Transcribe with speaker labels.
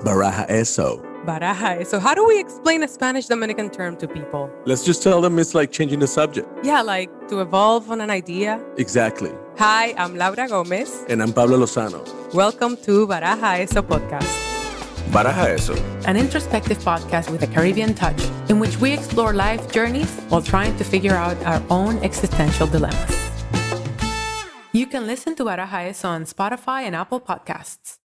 Speaker 1: Baraja eso.
Speaker 2: Baraja. eh, So, how do we explain a Spanish Dominican term to people?
Speaker 1: Let's just tell them it's like changing the subject.
Speaker 2: Yeah, like to evolve on an idea.
Speaker 1: Exactly.
Speaker 2: Hi, I'm Laura Gomez.
Speaker 1: And I'm Pablo Lozano.
Speaker 2: Welcome to Baraja Eso podcast,
Speaker 3: Baraja eso.
Speaker 2: an introspective podcast with a Caribbean touch in which we explore life journeys while trying to figure out our own existential dilemmas. You can listen to Baraja Eso on Spotify and Apple Podcasts.